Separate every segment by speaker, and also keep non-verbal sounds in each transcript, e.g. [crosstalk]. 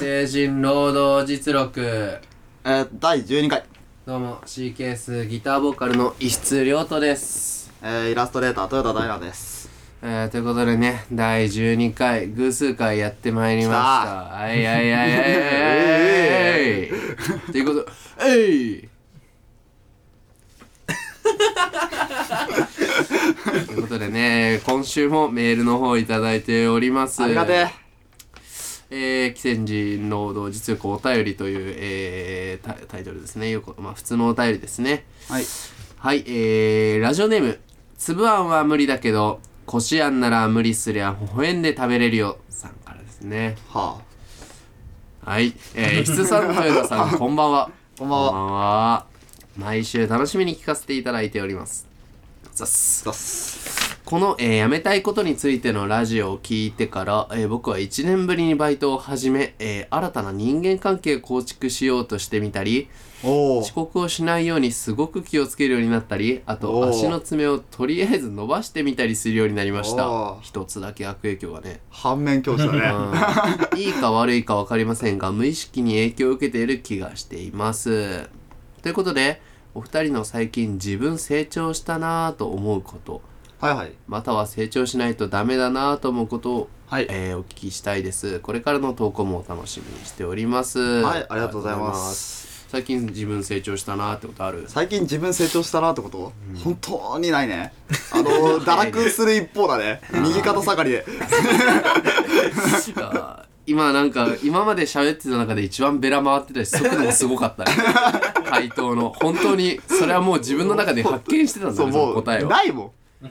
Speaker 1: 成人労働実録
Speaker 2: えー、第12回、
Speaker 1: どうも CK スギターボーカルの石津亮斗です、
Speaker 2: えー、イラストレーター豊田大良です
Speaker 1: えー、ということでね第12回偶数回やってまいりましたあいあいあいあいあいあいということえい
Speaker 2: [laughs]
Speaker 1: ということでね今週もメールの方いただいております
Speaker 2: ありがて
Speaker 1: えー、既成人労働実力お便りという、えータタイトルですね。よく、まあ、普通のお便りですね。
Speaker 2: えはい
Speaker 1: はい、えー、ラジオネーム、つぶあんは無理だけど、こしあんなら無理すりゃ、微笑んで食べれるよ、さんからですね。
Speaker 2: は
Speaker 1: はい、
Speaker 2: [laughs]
Speaker 1: えー、ひつさん、豊田さん、こんばんは。
Speaker 2: こんばんは
Speaker 1: こんばんは。毎週楽しみに聞かせていただいております。ざっす
Speaker 2: あ。ざっす
Speaker 1: この、えー辞めたいことについてのラジオを聞いてから、えー僕は1年ぶりにバイトを始め、えー新たな人間関係を構築しようとしてみたり
Speaker 2: お
Speaker 1: 遅刻をしないようにすごく気をつけるようになったりあ
Speaker 2: お
Speaker 1: と
Speaker 2: ー
Speaker 1: 足の爪をとりあえず伸ばしてみたりするようになりまし
Speaker 2: お
Speaker 1: た
Speaker 2: ー
Speaker 1: 一つだけ悪影響がね
Speaker 2: 反面教師だね
Speaker 1: うん
Speaker 2: [laughs]
Speaker 1: いいか悪いか分かりませんが無意識に影響を受けている気がしています。ということでお二人の最近自分成長したなぁと思うこと
Speaker 2: はいはい
Speaker 1: または成長しないとダメだなぁと思うことを、
Speaker 2: はい
Speaker 1: えーお聞きしたいです。これからの投稿もお楽しみにしております。
Speaker 2: はいありがとうござい
Speaker 1: ありがとうござい
Speaker 2: ま
Speaker 1: ますす。最近自分成長したなぁってことある
Speaker 2: 最近自分成長したなってこと、本当にないねあの堕落する一方
Speaker 1: [laughs]
Speaker 2: だね右肩下がりで
Speaker 1: あー今なんか今まで喋ってた中で一番ベラ回ってたし速度もすごか
Speaker 2: [laughs]
Speaker 1: ったね回答の本当にそれはもう自分の中で発見してたんだ
Speaker 2: そう
Speaker 1: ねその
Speaker 2: もう
Speaker 1: 答えを
Speaker 2: な
Speaker 1: [laughs]
Speaker 2: いもん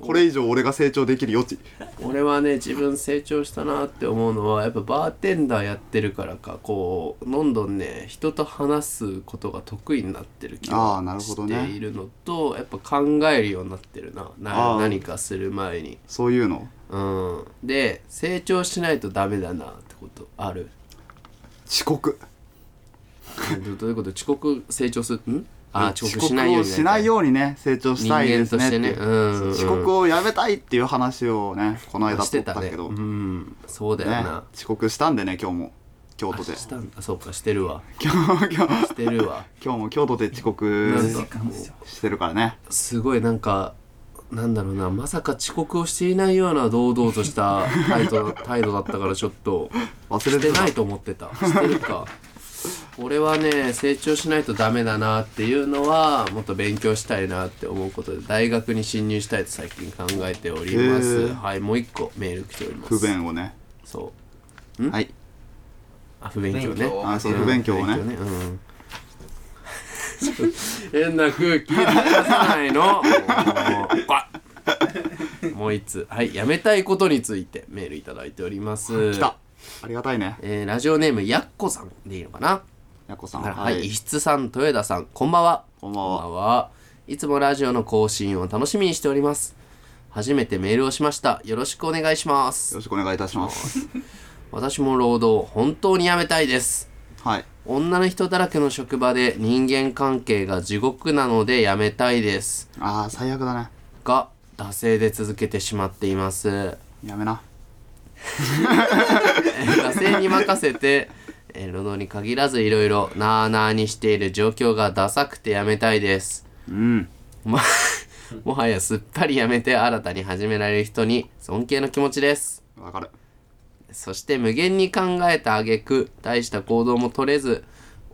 Speaker 2: これ以上俺が成長できる余地
Speaker 1: 俺はね自分成長したなって思うのはやっぱバーテンダーやってるからかこうどんどんね人と話すことが得意になってる気
Speaker 2: あーな
Speaker 1: が
Speaker 2: るほど
Speaker 1: し
Speaker 2: ね
Speaker 1: ているのと、やっぱ考えるようになってるなな
Speaker 2: あー
Speaker 1: 何かする前に
Speaker 2: そういうの
Speaker 1: うんで成長しないとダメだなってことあ
Speaker 2: [laughs]
Speaker 1: る
Speaker 2: 遅刻
Speaker 1: どどういうこと遅刻成長するんあ遅刻
Speaker 2: を
Speaker 1: しないように
Speaker 2: しないようにね成長したいですねって
Speaker 1: 人間としてねうんうん
Speaker 2: 遅刻をやめたいっていう話をねこの
Speaker 1: う
Speaker 2: 間
Speaker 1: にして
Speaker 2: 取ったた
Speaker 1: ね
Speaker 2: けど、
Speaker 1: う
Speaker 2: ね
Speaker 1: んそうだよな、
Speaker 2: 遅刻したんでね今日も京都で
Speaker 1: したんだそうかしてるわ
Speaker 2: [laughs] 今日今日
Speaker 1: してるわ
Speaker 2: 今日も京都で遅刻
Speaker 1: なんかもう
Speaker 2: してるからね
Speaker 1: すごいなんかなんだろうなまさか遅刻をしていないような堂々とした態度態度だったからちょっと
Speaker 2: 忘れ
Speaker 1: してて
Speaker 2: た
Speaker 1: ないと思
Speaker 2: [laughs]
Speaker 1: ってたしてるか俺はね成長しないとダメだなっていうのはもっと勉強したいなって思うことで大学に進入したいと最近考えておりま
Speaker 2: へ
Speaker 1: す
Speaker 2: ー
Speaker 1: はいもう一個メール来ております
Speaker 2: 不便をね
Speaker 1: そう
Speaker 2: はい
Speaker 1: あ不勉強ね
Speaker 3: 勉強
Speaker 2: あそう
Speaker 1: うん
Speaker 2: 不勉強をね
Speaker 1: うん [laughs] 変な空気出さないのもうもうもう一つはいやめたいことについてメールいただいております
Speaker 2: 来たありがたいね
Speaker 1: えーラジオネームやっこさんでいいのかな
Speaker 2: やっこさん
Speaker 1: はい、はい、石津さん豊田さんこんばんは
Speaker 2: こんばんはい
Speaker 1: つもラジオの更新を楽しみにしております初めてメールをしましたよろしくお願いしま
Speaker 2: よ
Speaker 1: す
Speaker 2: ろしくお願いいたします
Speaker 1: 私も労働を本当にやめたいです
Speaker 2: はい
Speaker 1: 女の人だらけの職場で人間関係が地獄なのでやめたいです
Speaker 2: ああ最悪だね
Speaker 1: が惰性で続けてしまっています [laughs]
Speaker 2: やめな
Speaker 1: えー惰性に任せて、えー労働に限らずいろいろなあなあにしている状況がダサくてやめたいです
Speaker 2: うん
Speaker 1: まもはやすっぱりやめて新たに始められる人に尊敬の気持ちです
Speaker 2: わかる
Speaker 1: そして無限に考えた挙句大した行動も取れず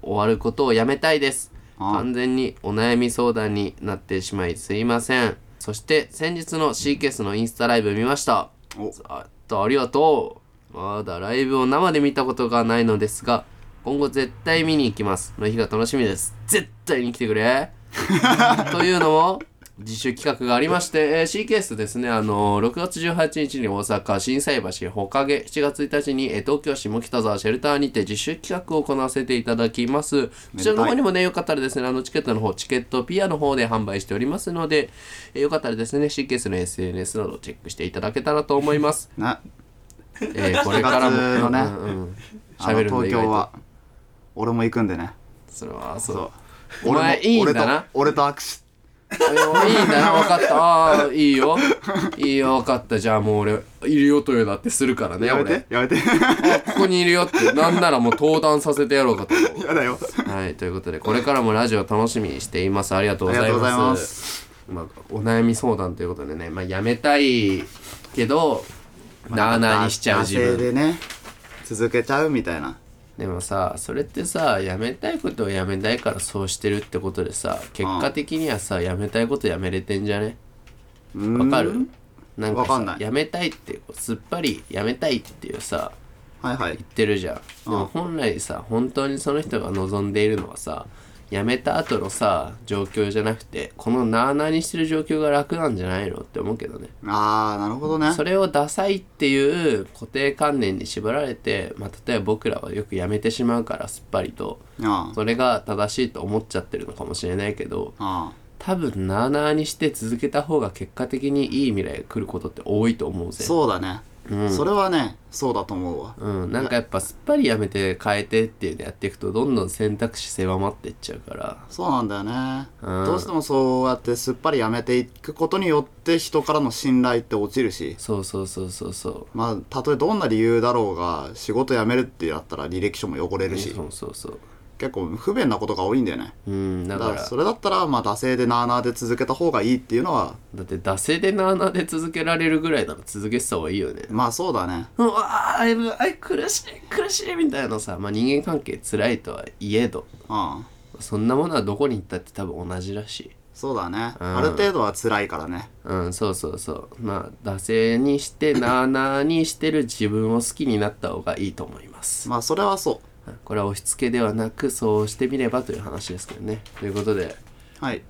Speaker 1: 終わることをやめたいです
Speaker 2: ああ
Speaker 1: 完全にお悩み相談になってしまいすいませんそして先日の c ケースのインスタライブ見ました
Speaker 2: お
Speaker 1: あとありがとうまだライブを生で見たことがないのですが今後絶対見に行きますの日が楽しみです絶対に来てくれ [laughs] というのも自主企画がありまして、えー、C ケースですね、あのー6月18日に大阪、心斎橋、ほかげ、7月1日に、えー東京市下北沢シェルターにて自主企画を行わせていただきます。こちらの方にもね、よかったらですね、あのチケットの方、チケットピアの方で販売しておりますので、えーよかったらですね、C ケースの SNS などチェックしていただけたらと思います。
Speaker 2: ね
Speaker 1: え
Speaker 2: [laughs]
Speaker 1: ーこれからも、
Speaker 2: 7月のね
Speaker 1: うんうんうん
Speaker 2: あの
Speaker 1: 喋るんだ
Speaker 2: 東
Speaker 1: 意外
Speaker 2: 京
Speaker 1: と
Speaker 2: は。俺も行くんでね
Speaker 1: それは、そう。
Speaker 2: そう
Speaker 1: お前いいんだな
Speaker 2: 俺と俺と握手
Speaker 1: いいんだな分かったああいいよいいよ分かったじゃあもう俺「いるよとよ」だってするからね
Speaker 2: やめ
Speaker 1: 俺
Speaker 2: てやめて
Speaker 1: ここにいるよってなんならもう登壇させてやろうかと思う
Speaker 2: [laughs] やだよ
Speaker 1: はい、ということで、これからもラジオ楽しみにしています。ありがとうございます。
Speaker 2: ありがとうござい
Speaker 1: ま
Speaker 2: ま
Speaker 1: あ、お悩み相談ということでね、まあ、やめたいけど、なあなあにしちゃう自
Speaker 2: 惰性
Speaker 1: 分。
Speaker 2: でね続けちゃうみたいな
Speaker 1: でもさ、それってさ、やめたいことをやめたいからそうしてるってことでさ、結果的にはさ、やめたいことやめれてんじゃねわ
Speaker 2: わ
Speaker 1: かるなんか
Speaker 2: わか
Speaker 1: さ
Speaker 2: んない
Speaker 1: やめたいって、こうすっぱりやめたいっていうさ、
Speaker 2: はいはい
Speaker 1: 言ってるじゃんでも本来さ本当にその人が望んでいるのはさ辞めた後のさ状況じゃなくてこのなあなあにしてる状況が楽なんじゃないのって思うけどね
Speaker 2: ああなるほどね
Speaker 1: それをダサいっていう固定観念に縛られて、まあ、例えば僕らはよく辞めてしまうからすっぱりと
Speaker 2: あ
Speaker 1: それが正しいと思っちゃってるのかもしれないけど
Speaker 2: あ
Speaker 1: 多分なあなあにして続けた方が結果的にいい未来が来ることって多いと思うぜ
Speaker 2: そうだね、それはねそうだと思うわ
Speaker 1: うん、なんかやっぱすっぱりやめて変えてっていうのやっていくとどんどん選択肢狭まっていっちゃうから
Speaker 2: そうなんだよね、
Speaker 1: うん
Speaker 2: どうしてもそうやってすっぱりやめていくことによって人からの信頼って落ちるし
Speaker 1: そうそうそうそうそう
Speaker 2: まあたとえどんな理由だろうが仕事辞めるってやったら履歴書も汚れるし
Speaker 1: そうそうそう
Speaker 2: 結構不便なことが多いんだよね
Speaker 1: うんだ
Speaker 2: だ
Speaker 1: か
Speaker 2: から
Speaker 1: ら
Speaker 2: それだったらまあ惰性でなあなあで続けた方がいいっていうのは
Speaker 1: だって惰性でなあなあで続けられるぐらいなら続けてた方がいいよね
Speaker 2: まあそうだね
Speaker 1: うわああい苦しい苦しいみたいなさ、まあ、人間関係辛いとはいえど
Speaker 2: うん
Speaker 1: そんなものはどこに行ったって多分同じらしい
Speaker 2: そうだね、ある程度は辛いからね
Speaker 1: うんそうそうそうまあ惰性にしてなあなあにしてる自分を好きになった方がいいと思います
Speaker 2: まあそれはそ
Speaker 1: これは押し付けではなくそうしてみればという話ですけどねということで
Speaker 2: うはい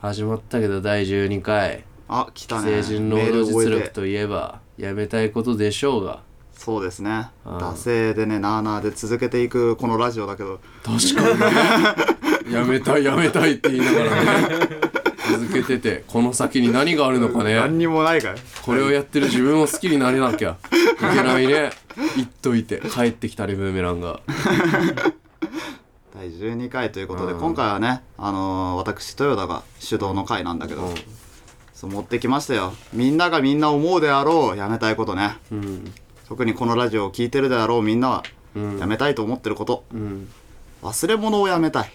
Speaker 1: 始まったけど第12回
Speaker 2: あ来た
Speaker 1: 成
Speaker 2: ね
Speaker 1: 人労働
Speaker 2: メー
Speaker 1: 実
Speaker 2: ル覚え
Speaker 1: 力
Speaker 2: て
Speaker 1: といえばやめたいことでしょうが
Speaker 2: そうですね惰性でねなあなあで続けていくこのラジオだけど
Speaker 1: 確か [laughs] にねやめたいやめたいって言いながらね続けててこの先に何があるのか
Speaker 2: 何
Speaker 1: ね
Speaker 2: にもないから
Speaker 1: これをやってる自分を好きになれなきゃいけないね言っといて帰ってきたねブーメランが
Speaker 2: 第12回ということで、今回はね、あのー私豊田が主導の回なんだけど、そう持ってきましたよみんながみんな思うであろうやめたいことね
Speaker 1: うん
Speaker 2: 特にこのラジオを聞いてるであろうみんなは、
Speaker 1: うん
Speaker 2: やめたいと思ってること
Speaker 1: うん
Speaker 2: 忘れ物をやめたい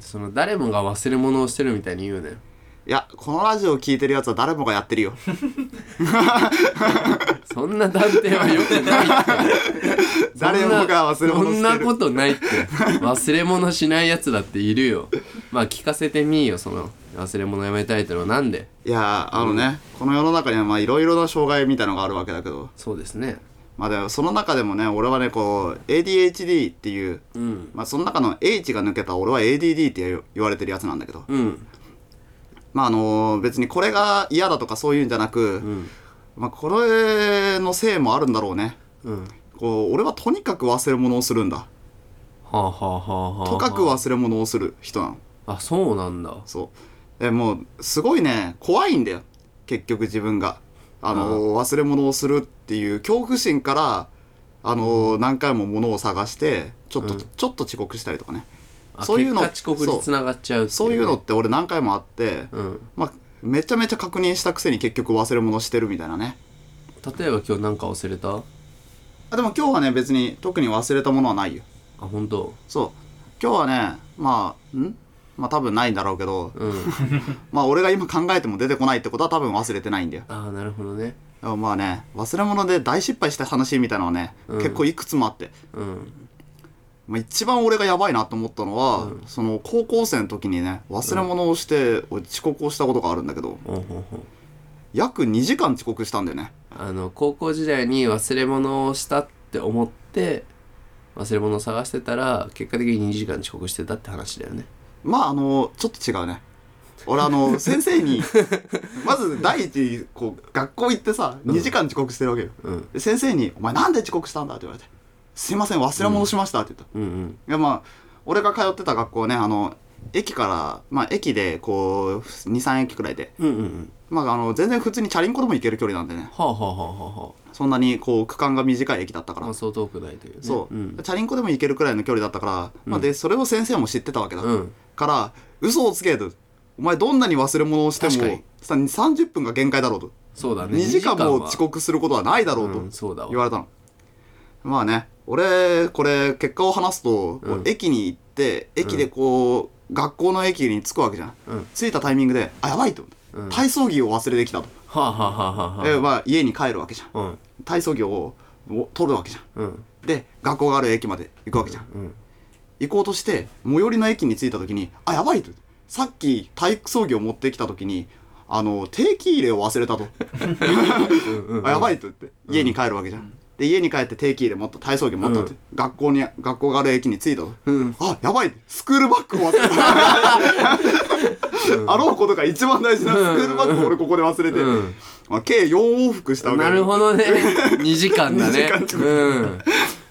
Speaker 1: その誰もが忘れ物をしてるみたいに言うね
Speaker 2: いやこのラジオを聞いてるやつは誰もがやっ
Speaker 1: [laughs]
Speaker 2: てるよ
Speaker 1: そんな断定はよくないって。
Speaker 2: 誰もが忘れ物してる
Speaker 1: そんなそんなことないって。忘れ物しないやつだっているよ。まあ聞かせてみーよ、その忘れ物やめたいってのはなんで。
Speaker 2: いやーあのね、この世の中にはまあいろいろな障害みたいのがあるわけだけど
Speaker 1: そうですね。
Speaker 2: まあでもその中でもね俺はねこう ADHD っていう、
Speaker 1: うん。
Speaker 2: まあ、その中の H が抜けた俺は ADD って言われてるやつなんだけど、
Speaker 1: うん。
Speaker 2: まああの別にこれが嫌だとかそういうんじゃなく、
Speaker 1: ん
Speaker 2: まあ、これのせいもあるんだろうね
Speaker 1: うん。は
Speaker 2: こう俺はとにかく忘れ物をするんだ
Speaker 1: あ、はあはあはあ、
Speaker 2: とかく忘れ物をする人なの
Speaker 1: あ、そうなんだ。
Speaker 2: そうえもうすごいね怖いんだよ結局自分があの忘れ物をするっていう恐怖心からあの何回も物を探してちょっと、ちょっと遅刻したりとかね
Speaker 1: あ
Speaker 2: そういうの
Speaker 1: 結果遅刻につながっちゃうって
Speaker 2: そういうのって俺何回もあって、
Speaker 1: うん。
Speaker 2: まあめちゃめちゃ確認したくせに結局忘れ物してるみたいなね
Speaker 1: 例えば今日なんか忘れたあ、
Speaker 2: あでも今日はね別に特に忘れたものはないよ
Speaker 1: 本当。
Speaker 2: そう今日はねまあんまあ多分ないんだろうけど、 [laughs]
Speaker 1: うん。
Speaker 2: まあ俺が今考えても出てこないってことは多分忘れてないんだよ
Speaker 1: ああ、なるほどね。
Speaker 2: でもまあね忘れ物で大失敗した話みたいなのはね、
Speaker 1: うん
Speaker 2: 結構いくつもあって、
Speaker 1: うん。
Speaker 2: まあ、一番俺がやばいなと思ったのは、
Speaker 1: うん
Speaker 2: その高校生の時にね忘れ物をして、俺遅刻をしたことがあるんだけど
Speaker 1: ほんほんほん。
Speaker 2: 約2時間遅刻したんだよね
Speaker 1: あの高校時代に忘れ物をしたって思って忘れ物を探してたら結果的に2時間遅刻してたって話だよね
Speaker 2: まああのちょっと違うね俺
Speaker 1: [laughs]
Speaker 2: あの先生にまず第一こう学校行ってさ2時間遅刻してるわけよ、
Speaker 1: うん
Speaker 2: で先生に「お前なんで遅刻したんだ?」って言われて「すいません忘れ物しました」って言っ
Speaker 1: う
Speaker 2: た、
Speaker 1: んうん
Speaker 2: いやまあ俺が通ってた学校ねあの駅からまあ駅でこう23駅くらいで
Speaker 1: うんうんうん
Speaker 2: まああの全然普通にチャリンコでも行ける距離なんでね
Speaker 1: はあはあはあはあは
Speaker 2: そんなにこう区間が短い駅だったか
Speaker 1: あ
Speaker 2: ら、
Speaker 1: まあそう遠くないというね
Speaker 2: そう、
Speaker 1: うん、
Speaker 2: チャリンコでも行けるくらいの距離だったから、まあ、でそれを先生も知ってたわけだ、
Speaker 1: うん、
Speaker 2: から「嘘をつけ」とお前どんなに忘れ物をして
Speaker 1: 確か
Speaker 2: も
Speaker 1: に
Speaker 2: さ30分が限界だろうと、
Speaker 1: そうだね
Speaker 2: 2時間も遅
Speaker 1: 刻
Speaker 2: 刻することはないだろうと
Speaker 1: うん、そうだ
Speaker 2: 言
Speaker 1: わ
Speaker 2: われたの、まあね俺これ結果を話すと、
Speaker 1: うん
Speaker 2: 駅に行って駅でこう、学校の駅に着くわけじゃん、
Speaker 1: うん
Speaker 2: 着いたタイミングで「あやばい」と、
Speaker 1: うん
Speaker 2: 体操着を忘れてきたと、
Speaker 1: はあはあはあはあ
Speaker 2: えまあ、家に帰るわけじゃん
Speaker 1: うん
Speaker 2: 体操着をお取るわけじゃん
Speaker 1: うん
Speaker 2: で学校がある駅まで行くわけじゃん、
Speaker 1: うん
Speaker 2: 行こうとして最寄りの駅に着いた時に「あやばい」とさっき体育操着を持ってきた時にあの定期入れを忘れたと
Speaker 1: うんうん
Speaker 2: あやばいと言って家に帰るわけじゃん、で家に帰って定期入れ持った体操着持ったって、
Speaker 1: うん
Speaker 2: 学校に学校がある駅に着いたと、
Speaker 1: うん
Speaker 2: あやばいスクールバッグを忘れた、あろうことが一番大事なスクールバッグを俺ここで忘れて、
Speaker 1: うん
Speaker 2: まあ、計4往復したわけ
Speaker 1: なるほど [laughs] ね2時間だね
Speaker 2: 2時間近
Speaker 1: うん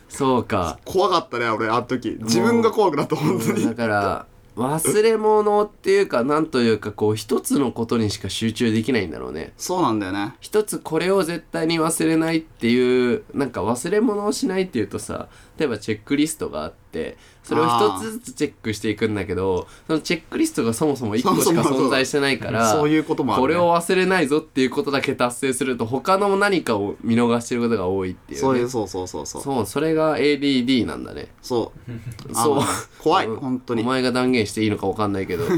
Speaker 1: そうか
Speaker 2: 怖かったね俺あの時自分が怖くなった本当に、
Speaker 1: だから忘れ物っていうかなんというかこう一つのことにしか集中できないんだろうね
Speaker 2: そうなんだよね
Speaker 1: 一つこれを絶対に忘れないっていうなんか忘れ物をしないっていうとさ例えばチェックリストがあってそれを一つずつチェックしていくんだけどそのチェックリストがそもそも一個し
Speaker 2: [laughs] そ
Speaker 1: か
Speaker 2: もそもそう
Speaker 1: 存在してないから
Speaker 2: そういうこともある、
Speaker 1: こ
Speaker 2: ね、
Speaker 1: れを忘れないぞっていうことだけ達成すると他の何かを見逃してることが多いっていう,、ね、
Speaker 2: そういうそうそうそうそう
Speaker 1: そうそれが ADD なんだね
Speaker 2: そう
Speaker 1: [laughs]
Speaker 2: あ
Speaker 1: そう
Speaker 2: の怖い
Speaker 1: うん
Speaker 2: 本当に
Speaker 1: お前が断言していいのか分かん
Speaker 2: [laughs]
Speaker 1: ないけどな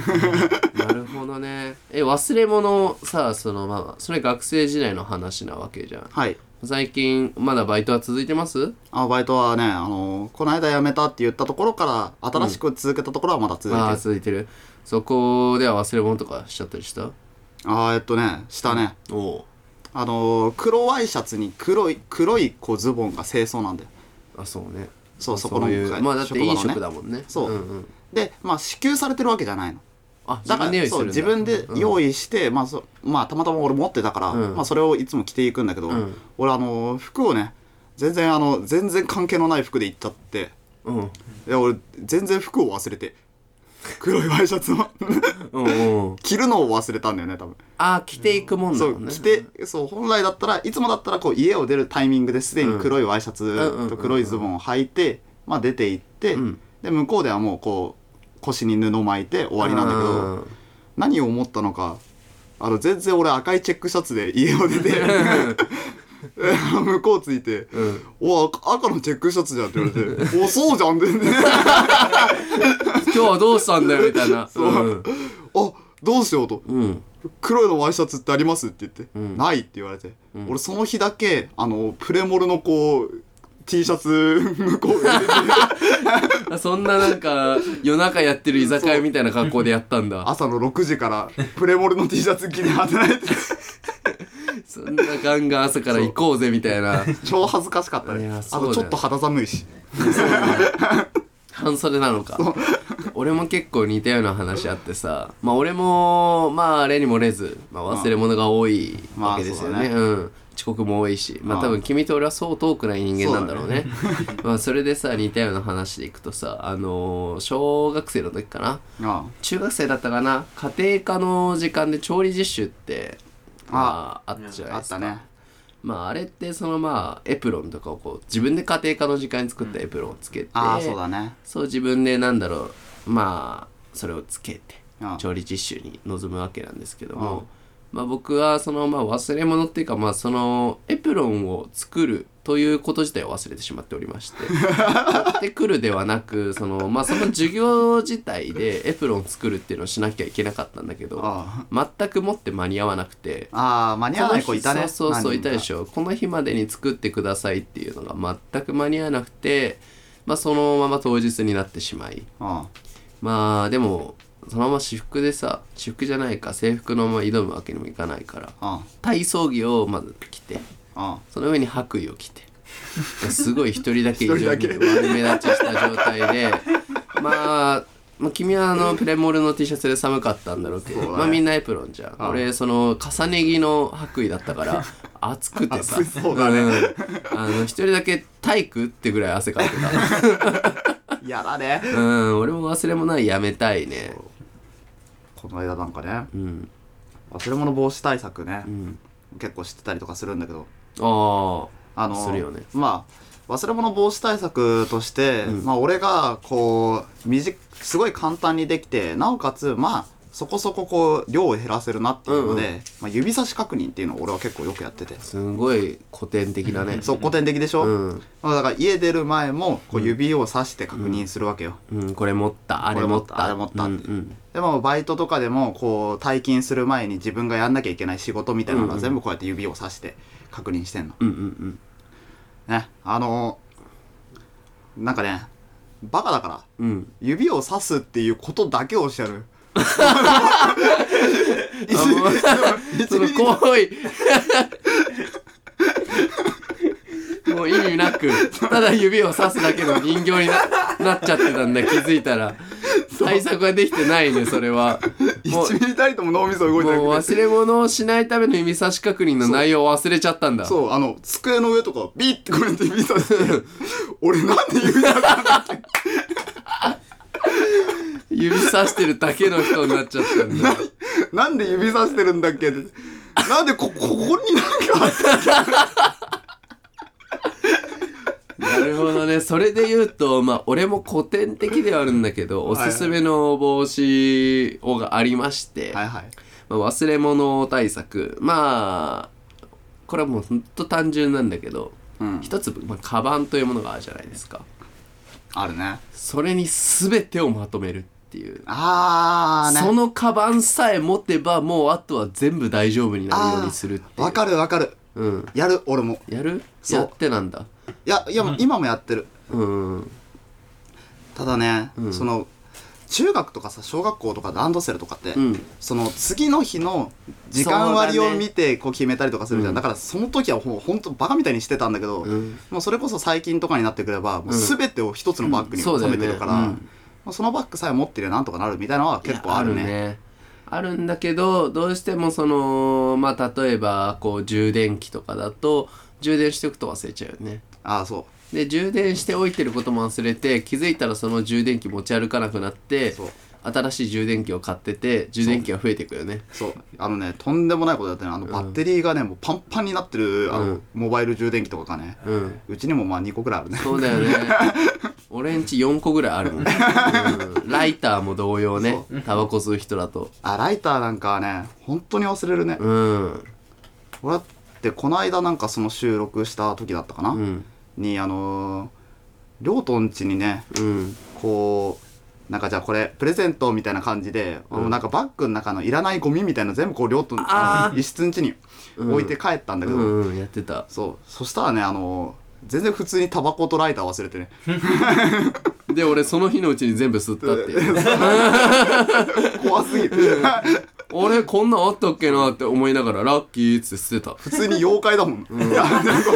Speaker 1: るほどねえ忘れ物さそのまあそれ学生時代の話なわけじゃん
Speaker 2: はい
Speaker 1: 最近まだバイトは続いてます
Speaker 2: あバイトはね、あのこの間辞めたって言ったところから新しく続けたところはまだ続いてる、
Speaker 1: あ
Speaker 2: あ
Speaker 1: あ続いてるそこでは忘れ物とかしちゃったりした
Speaker 2: あーえっとね下ね
Speaker 1: おお
Speaker 2: あの黒ワイシャツに黒い黒いこうズボンが清掃なんだよ
Speaker 1: あそうね
Speaker 2: そうそ
Speaker 1: う
Speaker 2: この
Speaker 1: いうまあだって飲食
Speaker 2: 場のね
Speaker 1: だもんね
Speaker 2: そうん
Speaker 1: うん、
Speaker 2: でまあ支給されてるわけじゃないの
Speaker 1: あ自
Speaker 2: だから
Speaker 1: 分で用意す
Speaker 2: そう
Speaker 1: るんだ
Speaker 2: 自分で用意して、まあそまあたまたま俺持ってたから、
Speaker 1: うん
Speaker 2: まあ、それをいつも着ていくんだけど、
Speaker 1: うん
Speaker 2: 俺あの服をね全然あの全然関係のない服で行っちゃって
Speaker 1: うんうん
Speaker 2: いや俺全然服を忘れて黒いワイシャツを [laughs]
Speaker 1: うんうん
Speaker 2: 着るのを忘れたんだよね多分
Speaker 1: ああ着ていくもんだ
Speaker 2: そ
Speaker 1: もん
Speaker 2: う
Speaker 1: ね
Speaker 2: 着てそう本来だったらいつもだったらこう家を出るタイミングですでに黒いワイシャ
Speaker 1: うん
Speaker 2: ツと黒いズボンを履いて、まあ、出て行って、
Speaker 1: うん
Speaker 2: で向こうではもうこう腰に布巻いて終わりなんだけど、
Speaker 1: うん
Speaker 2: 何を思ったのかあの全然俺赤いチェックシャツで家を
Speaker 1: [laughs]
Speaker 2: 出て向こうついて「
Speaker 1: うん
Speaker 2: お赤赤のチェックシャツじゃん」って言われて「おそうじゃん」全然
Speaker 1: 今日はどうしたんだよみたいなそううん
Speaker 2: あどうしようと
Speaker 1: うん
Speaker 2: 「黒いのワイシャツってあります?」って言って「
Speaker 1: ん
Speaker 2: ない」って言われて、
Speaker 1: ん
Speaker 2: 俺その日だけあのプレモルのこう T シャツ [laughs] 向こうで
Speaker 1: あそんななんか夜中やってる居酒屋みたいな格好でやったんだ
Speaker 2: 朝の6時からプレモルの T シャツ着て働い
Speaker 1: [laughs]
Speaker 2: て
Speaker 1: そんなガンガン朝から行こうぜみたいな
Speaker 2: 超恥ずかしかった
Speaker 1: い
Speaker 2: ね
Speaker 1: や
Speaker 2: あ
Speaker 1: そうだよ
Speaker 2: とちょっと肌寒いし
Speaker 1: 半袖なのか俺も結構似たような話あってさまあ俺もまああれにもれず、まあ、忘れ物が多い
Speaker 2: まあ
Speaker 1: わけですよね,、
Speaker 2: まあそうだ
Speaker 1: うん遅刻も多いしま
Speaker 2: う
Speaker 1: あ
Speaker 2: ん
Speaker 1: 多分君と俺はそう遠くない人間なんだろうね [laughs] まあそれでさ似たような話でいくとさあのー小学生の時かな
Speaker 2: ああ
Speaker 1: 中学生だったかな家庭科の時間で調理実習ってまああったじゃない
Speaker 2: あ
Speaker 1: で
Speaker 2: っ
Speaker 1: すか
Speaker 2: たね
Speaker 1: まああれってそのまあエプロンとかをこう自分で家庭科の時間に作ったエプロンをつけて、
Speaker 2: ああそうだね
Speaker 1: そう自分でなんだろうまあそれをつけて
Speaker 2: ああ
Speaker 1: 調理実習に臨むわけなんですけど
Speaker 2: ああ
Speaker 1: もまあ僕はそのまあ忘れ物っていうかまあそのエプロンを作るということ自体を忘れてしまっておりま
Speaker 2: [laughs]
Speaker 1: して持ってくるではなくそのまあその授業自体でエプロン作るっていうのをしなきゃいけなかったんだけど
Speaker 2: あ
Speaker 1: 全く持って間に合わなくて
Speaker 2: ああ間に合わない子いたね
Speaker 1: そうそうそういたでし
Speaker 2: ょ
Speaker 1: ょこの日までに作ってくださいっていうのが全く間に合わなくてまあそのまま当日になってしまい
Speaker 2: あ
Speaker 1: まあでもそのまま私服でさ私服じゃないか制服のまま挑むわけにもいかないから
Speaker 2: あ
Speaker 1: 体操着をまず着て
Speaker 2: あ
Speaker 1: その上に白衣を着てすごい一人だけ
Speaker 2: 一
Speaker 1: 非
Speaker 2: 人
Speaker 1: 常
Speaker 2: だ
Speaker 1: に
Speaker 2: け
Speaker 1: 悪目立ちした状態
Speaker 2: [laughs]
Speaker 1: でまあまあ、君はあのプレモルの T シャツで寒かったんだろうけど
Speaker 2: そうだね
Speaker 1: まあみんなエプロンじゃん
Speaker 2: ん
Speaker 1: 俺その重ね着の白衣だったから暑くてさ
Speaker 2: [laughs] 暑そうだね
Speaker 1: んあの一人だけ体育ってぐらい汗かいて
Speaker 2: [laughs]
Speaker 1: た
Speaker 2: あやだね
Speaker 1: うん俺も忘れ物はやめたいね
Speaker 2: この間なんかね
Speaker 1: うん
Speaker 2: 忘れ物防止対策ね
Speaker 1: うん
Speaker 2: 結構知ってたりとかするんだけど
Speaker 1: あ
Speaker 2: あの
Speaker 1: するよね
Speaker 2: まあ忘れ物防止対策としてまあ俺がこうみじすごい簡単にできてなおかつまあそこそここう量を減らせるなっていうので、まあ、指差し確認っていうのを俺は結構よくやってて、
Speaker 1: すごい古典的だね
Speaker 2: そう古典的でしょ、
Speaker 1: うん、
Speaker 2: まあ、だから家出る前もこう指をさして確認するわけよ、
Speaker 1: うん、これ持ったあれ持った
Speaker 2: これ持ったあれ持ったって
Speaker 1: うんうん
Speaker 2: でもバイトとかでもこう退勤する前に自分がやんなきゃいけない仕事みたいなのが全部こうやって指をさして確認してんの、
Speaker 1: うんうん
Speaker 2: ねあのーなんかねバカだから
Speaker 1: うんうん
Speaker 2: 指をさすっていうことだけをおっしゃる一
Speaker 1: あもう
Speaker 2: 日
Speaker 1: その
Speaker 2: 一日
Speaker 1: 行為もう意味なくただ指をさすだけの人形にななっちゃってたんだ気づいたら対策ができてないねそれはもう
Speaker 2: 一ミリたりとも脳みそ動いてな
Speaker 1: もう
Speaker 2: くて
Speaker 1: 忘れ物をしないための指差し確認の内容を忘れちゃったんだ
Speaker 2: そうあの机の上とかビッてこうやって指
Speaker 1: [laughs]
Speaker 2: さして俺なんで指さしたんだっ
Speaker 1: 指差してるだけの人になっちゃったんだ
Speaker 2: けなんで指さしてるんだっけってなんでこここになんかあった
Speaker 1: なるほどねそれで言うとまあ俺も古典的ではあるんだけどお
Speaker 2: はい
Speaker 1: すすめの帽子をがありまして、
Speaker 2: はいはい
Speaker 1: まあ、忘れ物対策まあこれはもうほんと単純なんだけど
Speaker 2: うん
Speaker 1: 一つ、まあ、カバンというものがあるじゃないですか
Speaker 2: あるね
Speaker 1: それに全てをまとめるっていう、
Speaker 2: あー
Speaker 1: そ
Speaker 2: ね
Speaker 1: のカバンさえ持てばもうあとは全部大丈夫になるようにするっていう
Speaker 2: わかるわかる
Speaker 1: うん
Speaker 2: やる俺も
Speaker 1: やる
Speaker 2: そう
Speaker 1: やってなんだ
Speaker 2: いやいや、今もやってる
Speaker 1: うん
Speaker 2: ただね、
Speaker 1: ん
Speaker 2: その中学とかさ小学校とかランドセルとかって、
Speaker 1: うん
Speaker 2: その次の日の時間割を見てこう決めたりとかするじゃ
Speaker 1: う
Speaker 2: ん
Speaker 1: ん
Speaker 2: だ,、からその時はほほんとバカみたいにしてたんだけど、
Speaker 1: うん
Speaker 2: もうそれこそ最近とかになってくればもう全てを一つのバッグに
Speaker 1: うんそうだ
Speaker 2: 収
Speaker 1: よ
Speaker 2: め
Speaker 1: ね
Speaker 2: てるから、
Speaker 1: うん
Speaker 2: まあそのバッグさえ持ってりゃなんとかなるみたいなのは結構あるね
Speaker 1: いやあるんだけどどうしてもそのまあ例えばこう充電器とかだと充電しておくと忘れちゃうよね
Speaker 2: ああそ
Speaker 1: で充電しておいてることも忘れて気づいたらその充電器持ち歩かなくなって
Speaker 2: うそう
Speaker 1: 新しい充電器を買ってて充電器が増えていくよね
Speaker 2: そうあのねとんでもないことだったねあのバッテリーがね、もうパンパンになってるあの、
Speaker 1: うん
Speaker 2: モバイル充電器とかがね、
Speaker 1: うん
Speaker 2: うちにもまあ2個くらいあるね
Speaker 1: そうだよ
Speaker 2: [laughs]
Speaker 1: ね俺んち4個ぐらいあるもん、うんライターも同様ねタバコ吸う人だと
Speaker 2: あライターなんかはね本当に忘れるね、
Speaker 1: うん
Speaker 2: 俺だってこの間なんかその収録した時だったかな、
Speaker 1: うん
Speaker 2: にあのー、りょうとんちにね
Speaker 1: うん
Speaker 2: こうなんかじゃあこれプレゼントみたいな感じで、もうなんかバッグの中のいらないゴミみたいなの全部こうりょうとん
Speaker 1: あー
Speaker 2: 一室んちに置いて帰ったんだ
Speaker 1: う
Speaker 2: けど、
Speaker 1: んうんやってた
Speaker 2: そうそしたらねあのー全然普通にタバコとライター忘れて
Speaker 1: [laughs]
Speaker 2: ね
Speaker 1: で俺その日のうちに全部吸ったっていう
Speaker 2: [laughs] 怖すぎる
Speaker 1: 俺こんなんあったっけなって思いながらラッキーっつって捨てた
Speaker 2: 普通に妖怪だもん、いやなんか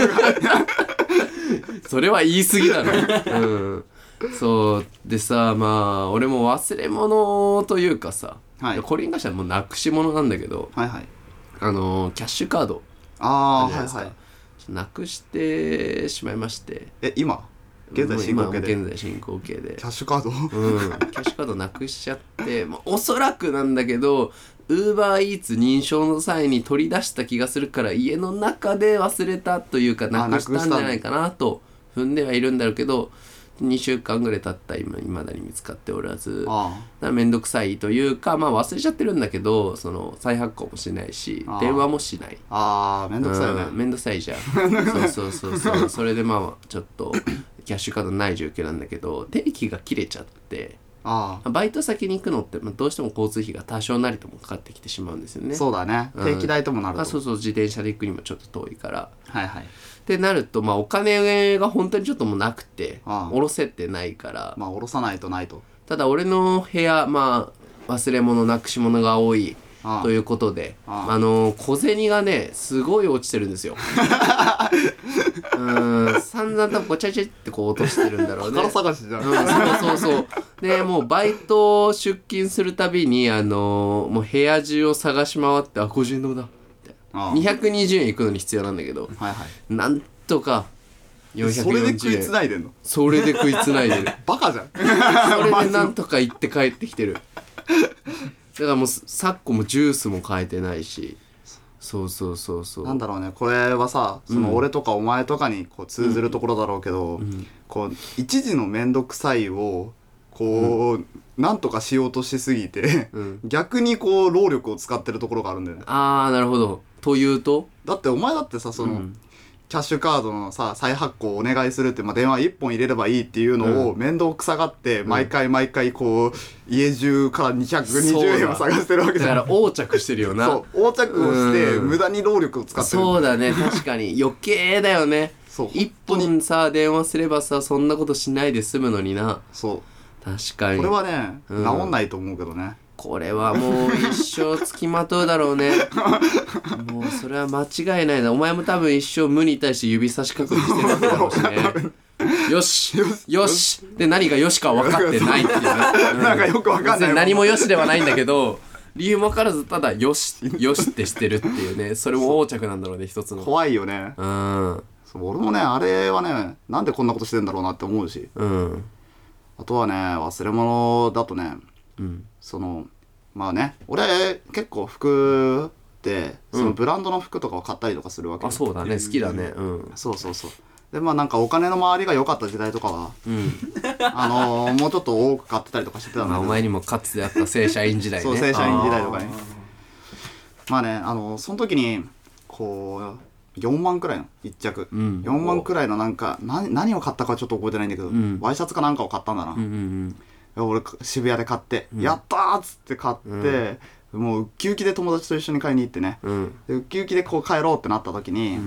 Speaker 1: それは言い過ぎだ
Speaker 2: [laughs]
Speaker 1: ろうんそうでさまあ俺も忘れ物というかさ、
Speaker 2: はい
Speaker 1: これに関してはもうなくし物なんだけど
Speaker 2: はいはい
Speaker 1: あのキャッシュカード
Speaker 2: あ
Speaker 1: あるじゃな
Speaker 2: あはいい
Speaker 1: ですか
Speaker 2: はい
Speaker 1: なくしてしまいまして
Speaker 2: え今現在進行形で
Speaker 1: 今現在進行形で
Speaker 2: キャッシュカード
Speaker 1: うん、キャッシュカードなくしちゃって、まあ、おそらくなんだけどウーバーイーツ認証の際に取り出した気がするから家の中で忘れたというかなくしたんじゃないかなと踏んではいるんだろうけど2週間ぐらい経った今いまだに見つかっておらずだか
Speaker 2: あ
Speaker 1: ら面倒くさいというかまあ忘れちゃってるんだけどその再発行もしないし
Speaker 2: あー
Speaker 1: 電話もしない。
Speaker 2: ああーめんどくさいよね、
Speaker 1: [laughs] うん、めんどくさいじゃんそうそうそうそうそれでまあちょっとキャッシュカードない状況なんだけど定期が切れちゃって
Speaker 2: あ
Speaker 1: バイト先に行くのって、まあ、どうしても交通費が多少なりともかかってきてしまうんですよ
Speaker 2: あ、
Speaker 1: ね。
Speaker 2: そうだね
Speaker 1: うん
Speaker 2: 定期代ともなると、
Speaker 1: あそうそう自転車で行くにもちょっと遠いから。
Speaker 2: はいはい
Speaker 1: ってなると、まあ、お金が本当にちょっともうなくて
Speaker 2: ああ
Speaker 1: 下ろせてないから
Speaker 2: まあ下ろさないとないと
Speaker 1: ただ俺の部屋、まあ、忘れ物なくし物が多い
Speaker 2: ああ
Speaker 1: ということで
Speaker 2: あ
Speaker 1: あ
Speaker 2: あ
Speaker 1: の小銭がねすごい落ちてるん
Speaker 2: [laughs]
Speaker 1: ですよ。うーん散々多分こうチャチャってこう落としてるんだ
Speaker 2: [laughs]
Speaker 1: ろうね。
Speaker 2: 宝探しじゃん、
Speaker 1: うん、そうそうそうでもうバイト出勤するたびにあのーもう部屋中を探し回ってあ50円玉だ
Speaker 2: ああ
Speaker 1: 220円いくのに必要なんだけど
Speaker 2: はいは
Speaker 1: なんとか440
Speaker 2: い
Speaker 1: 円
Speaker 2: それで食いつないでんの
Speaker 1: それで食いつないでる
Speaker 2: [laughs] バカじゃん
Speaker 1: それでなんとか行って帰ってきてるだからもうす昨今もジュースも買えてないしそうそうそうそう
Speaker 2: なんだろうねこれはさその俺とかお前とかにこう通ずるところだろうけど、こう一時の面倒くさいをこう、なんとかしようとしすぎて、
Speaker 1: うん
Speaker 2: 逆にこう労力を使ってるところがあるんだよね
Speaker 1: ああなるほどというと
Speaker 2: だってお前だってさその、
Speaker 1: うん
Speaker 2: キャッシュカードのさ再発行お願いするって、まあ、電話1本入れればいいっていうのを面倒くさがって、毎回毎回こう家中から220円を探してるわけ
Speaker 1: だ
Speaker 2: じ
Speaker 1: [laughs]
Speaker 2: ゃ
Speaker 1: か
Speaker 2: ん
Speaker 1: ら横着してるよな
Speaker 2: そう横着をして
Speaker 1: うん
Speaker 2: 無駄に労力を使ってる
Speaker 1: そうだね確かに余計だよね
Speaker 2: そう
Speaker 1: 一
Speaker 2: 本当
Speaker 1: 本さ電話すればさそんなことしないで済むのにな
Speaker 2: そう
Speaker 1: 確かに
Speaker 2: これはね、
Speaker 1: うん
Speaker 2: 治んないと思うけどね
Speaker 1: これはもう一生つきまとうだろう [laughs] ねもうそれは間違いないなお前も多分一生無に対して指差し確認してるんだろうし [laughs] ねよしよしで何がよしかは分かってないっていうね、うん
Speaker 2: なんかよくわかんない
Speaker 1: 別に何もよしではないんだけ [laughs] ど理由も分からずただよ [laughs] しよしってしてるっていうねそれも横着なんだろうね一つの
Speaker 2: 怖いよね
Speaker 1: うん
Speaker 2: そう俺もねあれはねなんでこんなことしてんだろうなって思うし
Speaker 1: うん
Speaker 2: あとはね忘れ物だとね
Speaker 1: うん
Speaker 2: そのまあね俺結構服ってそのブランドの服とかを買ったりとかするわけよ、
Speaker 1: あそうだね好きだねうん
Speaker 2: そうそうそうでまあなんかお金の周りが良かった時代と
Speaker 1: [laughs]
Speaker 2: かは
Speaker 1: うん
Speaker 2: あのーもうちょっと多く買ってたりとかしてたん
Speaker 1: ま
Speaker 2: だ
Speaker 1: あお
Speaker 2: けど、
Speaker 1: 前にもかつてあった正社員時代ね
Speaker 2: そう正社員時代とかねまあねあのーその時にこう4万くらいの1着、
Speaker 1: うん
Speaker 2: 4万くらいのなんかな何を買ったかちょっと覚えてないんだけど、
Speaker 1: ん
Speaker 2: ワイシャツかなんかを買ったんだな、
Speaker 1: うんうん
Speaker 2: いや俺渋谷で買って、やったーっつって買って、もうウッキウキで友達と一緒に買いに行ってね
Speaker 1: うんうん
Speaker 2: でウッキウキでこう帰ろうってなった時に、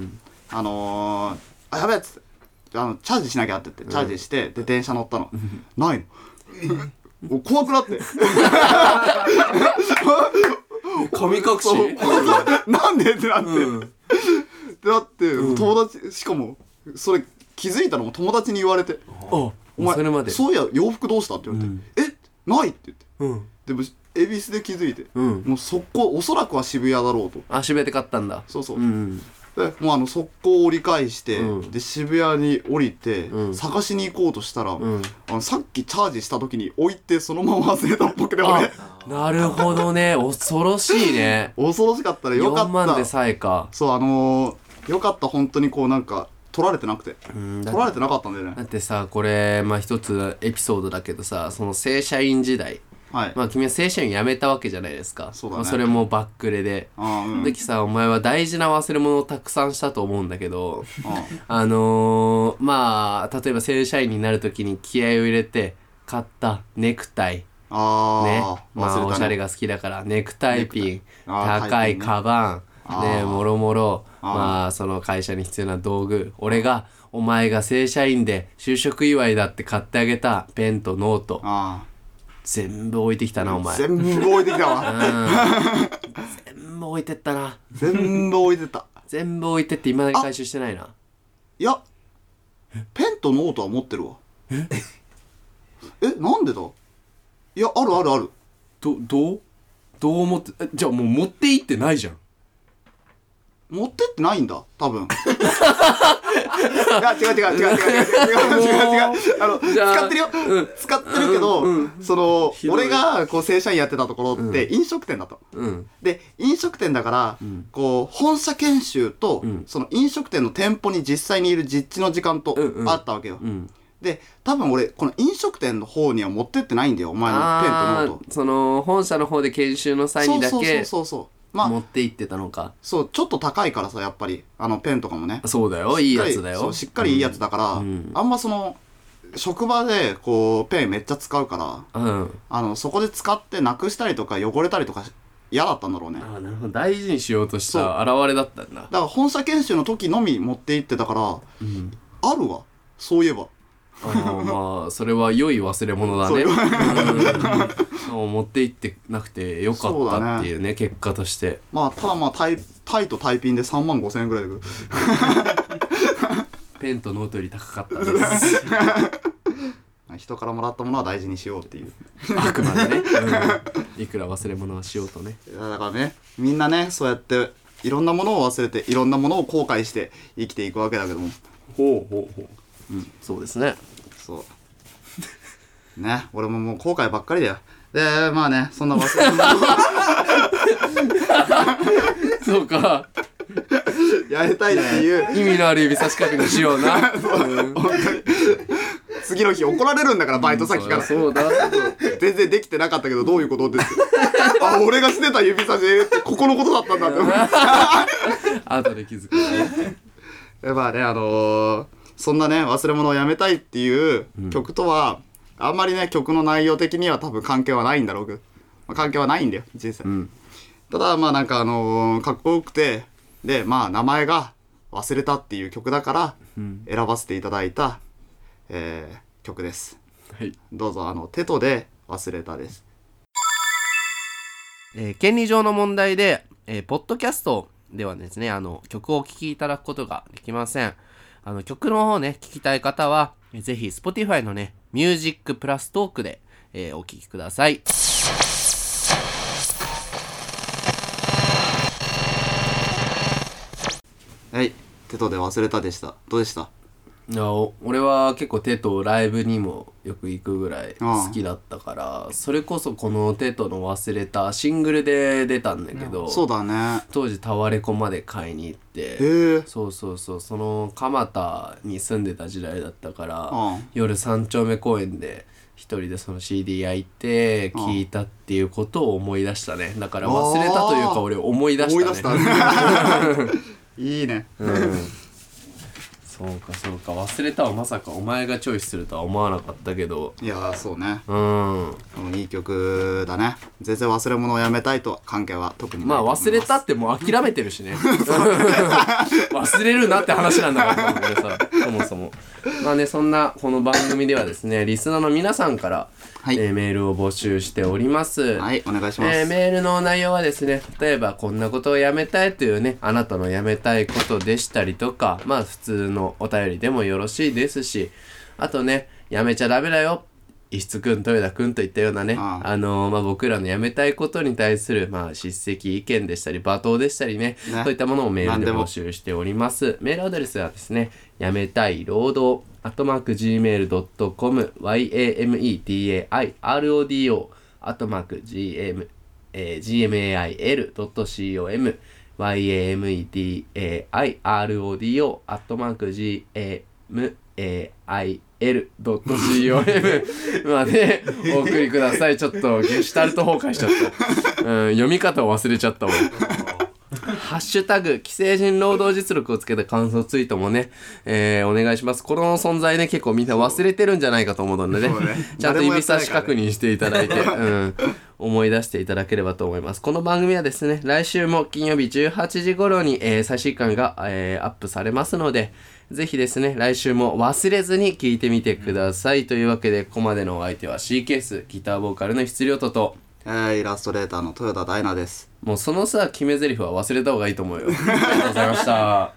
Speaker 2: あのー「あやべえ」っつってあの「チャージしなきゃ」って言ってチャージして、で電車乗ったの、ないのもう怖くなって
Speaker 1: 神隠し
Speaker 2: そう怖くなってなんでってなって、
Speaker 1: うん
Speaker 2: でだって、友達しかもそれ気づいたのも友達に言われて
Speaker 1: あ
Speaker 2: 「お前
Speaker 1: それまで
Speaker 2: そういや洋服どうした?」って言われて「えない?」って言って
Speaker 1: うん
Speaker 2: でも恵比寿で気づいて、
Speaker 1: うん
Speaker 2: もう速攻おそらくは渋谷だろうと
Speaker 1: あ閉めて買ったんだ
Speaker 2: そうそう、
Speaker 1: うん
Speaker 2: でもうあの速攻折り返して、
Speaker 1: うん
Speaker 2: で渋谷に降りて、
Speaker 1: うん
Speaker 2: 探しに行こうとしたら、
Speaker 1: うん
Speaker 2: あのさっきチャージした時に置いてそのまま忘れたっぽくて俺
Speaker 1: あなるほどね恐ろしいね
Speaker 2: 恐ろしかった [laughs] らよか
Speaker 1: 4万
Speaker 2: っ
Speaker 1: で
Speaker 2: た
Speaker 1: さえか
Speaker 2: そうあのー、よかった本当にこうなんか取られてなくて
Speaker 1: うんだ
Speaker 2: 取られてなかったんだよ
Speaker 1: だ
Speaker 2: ね
Speaker 1: ってさこれまあ一つエピソードだけどさその正社員時代
Speaker 2: はい、
Speaker 1: まあ君は正社員辞めたわけじゃないですか
Speaker 2: そうだね
Speaker 1: まあそれもバックレで
Speaker 2: あー、うん、
Speaker 1: 時さお前は大事な忘れ物をたくさんしたと思うんだけど
Speaker 2: あ
Speaker 1: あのー、まあ例えば正社員になるときに気合を入れて買ったネクタイ
Speaker 2: あ
Speaker 1: ね
Speaker 2: ー、
Speaker 1: まあおしゃれ
Speaker 2: が
Speaker 1: が好きだからネクタイピン
Speaker 2: あー
Speaker 1: 高い
Speaker 2: タイピンね
Speaker 1: カバンね
Speaker 2: あー
Speaker 1: もろもろ
Speaker 2: あー
Speaker 1: まあその会社に必要な道具俺がお前が正社員で就職祝いだって買ってあげたペンとノート
Speaker 2: あ
Speaker 1: 全部置いてきたなお
Speaker 2: あ
Speaker 1: 前
Speaker 2: 全部置いてきたわ
Speaker 1: 全部置いてったな
Speaker 2: 全部置いてった
Speaker 1: 全部置いてって今だに回収してないない
Speaker 2: や、ペンとノートは持ってるわ。えなんでだいや、あるあるある。
Speaker 1: どどうどう思ってえじゃあもう持っていってないじゃん
Speaker 2: 持ってってないんだ、
Speaker 1: [laughs]
Speaker 2: 多分。いや、違う違う違う違う違う違う違う違う違う。あの、
Speaker 1: じゃあ
Speaker 2: 使ってるよ。使ってるけど、その
Speaker 1: ひ、どい
Speaker 2: 俺がこう正社員やってたところって飲食店だと。
Speaker 1: うん
Speaker 2: で、飲食店だから、こう、本社研修と、
Speaker 1: ん
Speaker 2: その飲食店の店舗に実際にいる実地の時間と
Speaker 1: うんうん
Speaker 2: あったわけよ。
Speaker 1: うん
Speaker 2: で、多分俺、この飲食店の方には持ってってないんだよ、お前のペンとノート
Speaker 1: あ。ーその本社の方で研修の際
Speaker 2: そ
Speaker 1: に
Speaker 2: う
Speaker 1: だ
Speaker 2: そうそう
Speaker 1: け
Speaker 2: そうそう。まあ、
Speaker 1: 持って行ってたのか
Speaker 2: そう、ちょっと高いからさ、やっぱり、あの、ペンとかもね。
Speaker 1: そうだよいいやつだ
Speaker 2: そう
Speaker 1: よ
Speaker 2: しっかりいいやつだから、
Speaker 1: ん
Speaker 2: あんまその、職場で、こう、ペンめっちゃ使うから、
Speaker 1: うん
Speaker 2: あの、そこで使ってなくしたりとか、汚れたりとかし、嫌だったんだろうね。
Speaker 1: あーなるほど大事にしようとし
Speaker 2: そう
Speaker 1: た現れだったんだ
Speaker 2: だから、本社研修の時のみ持って行ってたから、
Speaker 1: うん
Speaker 2: あるわ。そういえば。
Speaker 1: あーまあそれは良い忘れ物だねうんうん持って行ってなくてよか
Speaker 2: そう
Speaker 1: った
Speaker 2: だね
Speaker 1: っていうね結果として
Speaker 2: まあ、ただまあ、タイ、タイとタイピンで3万5千円ぐらいだけど。
Speaker 1: ペンとノートより高かったです
Speaker 2: [laughs] 人からもらったものは大事にしようっていう。
Speaker 1: あくまでね、うんいくら忘れ物はしようとね
Speaker 2: いやだからねみんなねそうやっていろんなものを忘れていろんなものを後悔して生きていくわけだけども
Speaker 1: ほうほうほう、うん、そうですね
Speaker 2: そう [laughs] ね俺ももう後悔ばっかりだよでまあねそんな忘れ物を
Speaker 1: そうか
Speaker 2: やりたいって
Speaker 1: [laughs]
Speaker 2: いう
Speaker 1: 意味のある指差し確認しような、うん
Speaker 2: 本当に次の日怒られるんだからバイト先から
Speaker 1: そうだ
Speaker 2: 全然できてなかったけどどういうことですあ俺がしてた指差しってここのことだったんだって思う
Speaker 1: 後で気づくね
Speaker 2: まあねあのーそんなね忘れ物をやめたいっていう曲とは、あんまりね曲の内容的には多分関係はないんだろうけど、まあ関係はないんだよ人生、
Speaker 1: ん
Speaker 2: ただまあなんかあのーかっこよくてでまあ名前が「忘れた」っていう曲だから選ばせていただいた、えー曲です
Speaker 1: はい
Speaker 2: どうぞあの「テトで忘れた」です
Speaker 1: えー権利上の問題で、えーポッドキャストではですね、あの、曲をお聴きいただくことができません。あの、曲の方ね、聴きたい方は、えーぜひ、Spotify のね、ミュージックプラストークで、えーお聴きください。
Speaker 2: はい「テトで忘れた」でしたどうでした
Speaker 1: 俺は結構テトライブにもよく行くぐらい
Speaker 2: 好き
Speaker 1: だったから、それこそこのテトの忘れたシングルで出たんだけど
Speaker 2: そうだね
Speaker 1: 当時タワレコまで買いに行って
Speaker 2: へえ
Speaker 1: そうそうそうその蒲田に住んでた時代だったから、
Speaker 2: うん
Speaker 1: 夜三丁目公園で一人でその CD 焼いて
Speaker 2: うん
Speaker 1: 聞いたっていうことを思い出したねだから
Speaker 2: あー
Speaker 1: 忘れたというか俺思い出した
Speaker 2: 思
Speaker 1: ね
Speaker 2: い出したね [laughs] いいね
Speaker 1: うん、そうかそうか忘れたはまさかお前がチョイスするとは思わなかったけど
Speaker 2: いやーそうね
Speaker 1: うん
Speaker 2: でもいい曲だね全然忘れ物をやめたいとは関係は特に
Speaker 1: まあ忘れたってもう諦めてる
Speaker 2: [laughs]
Speaker 1: しね忘れるなって話なんだからこれさそもそもまあねそんなこの番組ではですねリスナーの皆さんから、
Speaker 2: はい
Speaker 1: えーメールを募集しております、
Speaker 2: はいお願いします、
Speaker 1: えーメールの内容はですね例えばこんなことをやめたいというねあなたのやめたいことでしたりとかまあ普通のお便りでもよろしいですしあとねやめちゃダメだよ石津くん豊田くんといったようなね
Speaker 2: あ
Speaker 1: あ
Speaker 2: あ
Speaker 1: のーまあ、僕らのやめたいことに対する、まあ、叱責意見でしたり罵倒でしたりね
Speaker 2: ね
Speaker 1: そういったものをメール
Speaker 2: 何
Speaker 1: で
Speaker 2: でも
Speaker 1: 募集しておりますメールアドレスはですねやめたい労働アットマーク Gmail.com yametairodo アットマーク gm、えー、gmail.com yametairodo アットマーク gmail.com までお送りくださいちょっとゲシュタルト崩壊しちゃった、うん、読み方を忘れちゃったわハッシュタグ、既成人労働実力をつけた感想ツイートもね、えーお願いします。この存在ね、結構みんな忘れてるんじゃないかと思うのでね
Speaker 2: そうね、
Speaker 1: ちゃんと指差し
Speaker 2: 誰もやってないから
Speaker 1: 確
Speaker 2: ね
Speaker 1: 認していただいて、
Speaker 2: [laughs]
Speaker 1: うん、思い出していただければと思います。この番組はですね、来週も金曜日18時頃に、えー最新刊が、えーアップされますので、ぜひですね、来週も忘れずに聞いてみてください。というわけで、ここまでのお相手は C ケース、ギターボーカルの質量とと、
Speaker 2: えーイラストレーターの豊田大奈です
Speaker 1: もうそのさ、決め台詞は忘れた方がいいと思うよ。ありがとうございました。